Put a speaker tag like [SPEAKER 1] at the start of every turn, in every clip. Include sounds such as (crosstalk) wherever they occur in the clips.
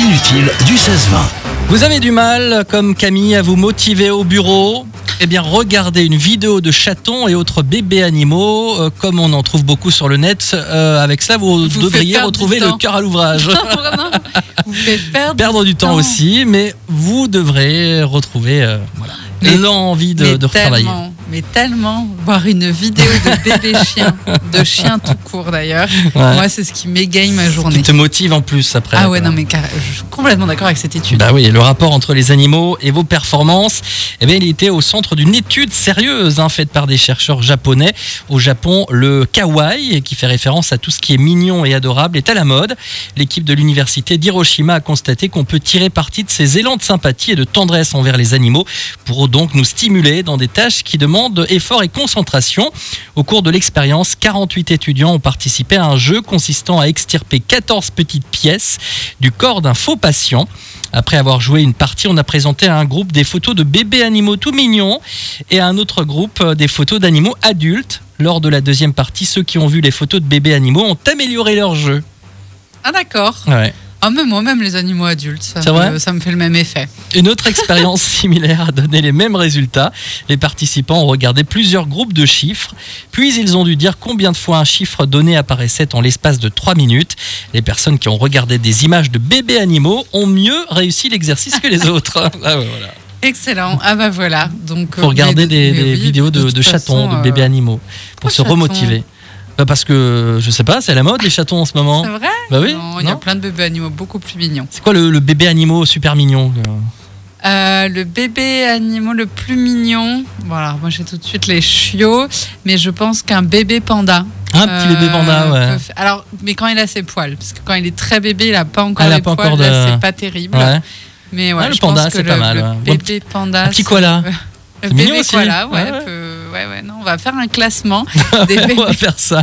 [SPEAKER 1] utile du 16-20.
[SPEAKER 2] Vous avez du mal, comme Camille, à vous motiver au bureau Eh bien, regardez une vidéo de chatons et autres bébés animaux, euh, comme on en trouve beaucoup sur le net. Euh, avec ça, vous,
[SPEAKER 3] Vous faites
[SPEAKER 2] devriez
[SPEAKER 3] perdre
[SPEAKER 2] retrouver
[SPEAKER 3] du
[SPEAKER 2] le
[SPEAKER 3] temps.
[SPEAKER 2] cœur à
[SPEAKER 3] (laughs)
[SPEAKER 2] l'ouvrage. (laughs)
[SPEAKER 3] Vraiment, vous pouvez perdre.
[SPEAKER 2] Perdre du temps
[SPEAKER 3] Non.
[SPEAKER 2] aussi, mais vous devrez retrouver euh, voilà,
[SPEAKER 3] Mais-
[SPEAKER 2] l'envie de,
[SPEAKER 3] mais
[SPEAKER 2] de retravailler.
[SPEAKER 3] tellement, mais tellement, voir une vidéo
[SPEAKER 2] (laughs)
[SPEAKER 3] de bébé chien, de chien tout court d'ailleurs,
[SPEAKER 2] Ouais.
[SPEAKER 3] moi c'est ce qui m'égaye ma
[SPEAKER 2] Qui
[SPEAKER 3] journée.
[SPEAKER 2] te motive en plus après.
[SPEAKER 3] Ah ouais,
[SPEAKER 2] Voilà.
[SPEAKER 3] non mais car- je suis complètement d'accord avec cette étude.
[SPEAKER 2] Bah oui, le rapport entre les animaux et vos performances, eh bien, il était au centre d'une étude sérieuse hein, faite par des chercheurs japonais. Au Japon, le kawaii, qui fait référence à tout ce qui est mignon et adorable, est à la mode. L'équipe de l'université d'Hiroshima a constaté qu'on peut tirer parti de ces élans de sympathie et de tendresse envers les animaux pour donc nous stimuler dans des tâches qui demandent effort et concentration. Au cours de l'expérience, 48 étudiants ont participé à un jeu consistant à extirper 14 petites pièces du corps d'un faux patient. Après avoir joué une partie, on a présenté à un groupe des photos de bébés animaux tout mignons et à un autre groupe euh, des photos d'animaux adultes. Lors de la deuxième partie, ceux qui ont vu les photos de bébés animaux ont amélioré leur jeu.
[SPEAKER 3] Ah d'accord.
[SPEAKER 2] Ouais.
[SPEAKER 3] Ah mais moi même les animaux adultes, ça,
[SPEAKER 2] C'est
[SPEAKER 3] me-
[SPEAKER 2] vrai
[SPEAKER 3] ça me fait le même effet.
[SPEAKER 2] Une autre expérience similaire a donné les mêmes résultats. Les participants ont regardé plusieurs groupes de chiffres, puis ils ont dû dire combien de fois un chiffre donné apparaissait en l'espace de 3 minutes. Les personnes qui ont regardé des images de bébés animaux ont mieux réussi l'exercice que les autres. Ah ouais, voilà.
[SPEAKER 3] Excellent. Ah bah voilà. Donc
[SPEAKER 2] Faut regarder des, des vidéos de, de chatons, de bébés animaux,
[SPEAKER 3] animaux.
[SPEAKER 2] pour
[SPEAKER 3] pourquoi
[SPEAKER 2] se
[SPEAKER 3] euh, chatons
[SPEAKER 2] remotiver. Bah, parce que, je sais pas, c'est à la mode les chatons en ce moment.
[SPEAKER 3] C'est vrai
[SPEAKER 2] Bah oui.
[SPEAKER 3] Non, il y a
[SPEAKER 2] non
[SPEAKER 3] plein de bébés animaux beaucoup plus mignons.
[SPEAKER 2] c'est quoi le, le bébé animaux super mignon euh
[SPEAKER 3] Euh, le bébé animal le plus mignon. Voilà, moi j'ai tout de suite les chiots, mais je pense qu'un bébé panda.
[SPEAKER 2] Un petit bébé
[SPEAKER 3] euh,
[SPEAKER 2] panda, ouais.
[SPEAKER 3] peut fa- Alors, mais quand il a ses poils, parce que quand il est très bébé, il a pas encore
[SPEAKER 2] Ah, il a
[SPEAKER 3] les
[SPEAKER 2] pas
[SPEAKER 3] poils.
[SPEAKER 2] encore
[SPEAKER 3] là,
[SPEAKER 2] de-
[SPEAKER 3] c'est pas terrible. (laughs)
[SPEAKER 2] Ouais.
[SPEAKER 3] Mais ouais,
[SPEAKER 2] Ah, le
[SPEAKER 3] je
[SPEAKER 2] panda,
[SPEAKER 3] pense que
[SPEAKER 2] c'est
[SPEAKER 3] le,
[SPEAKER 2] pas mal,
[SPEAKER 3] le
[SPEAKER 2] ouais. Un
[SPEAKER 3] bébé panda,
[SPEAKER 2] Un petit
[SPEAKER 3] c'est- euh,
[SPEAKER 2] koala.
[SPEAKER 3] le
[SPEAKER 2] mignon
[SPEAKER 3] bébé
[SPEAKER 2] aussi.
[SPEAKER 3] koala, ouais,
[SPEAKER 2] Ouais, ouais.
[SPEAKER 3] peut- ouais, ouais, non, on va faire un
[SPEAKER 2] (laughs)
[SPEAKER 3] classement des bébés.
[SPEAKER 2] On va faire ça.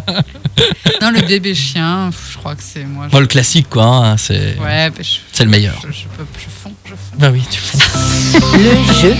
[SPEAKER 3] Non, le bébé chien, pff, je crois que c'est moi. je-
[SPEAKER 2] Bon, le classique, quoi. hein, c'est Bah
[SPEAKER 3] Ouais, bah, je,
[SPEAKER 2] c'est le meilleur.
[SPEAKER 3] je, je peux, je fonds, je fonds.
[SPEAKER 2] Bah oui, tu fous.
[SPEAKER 4] Le jeu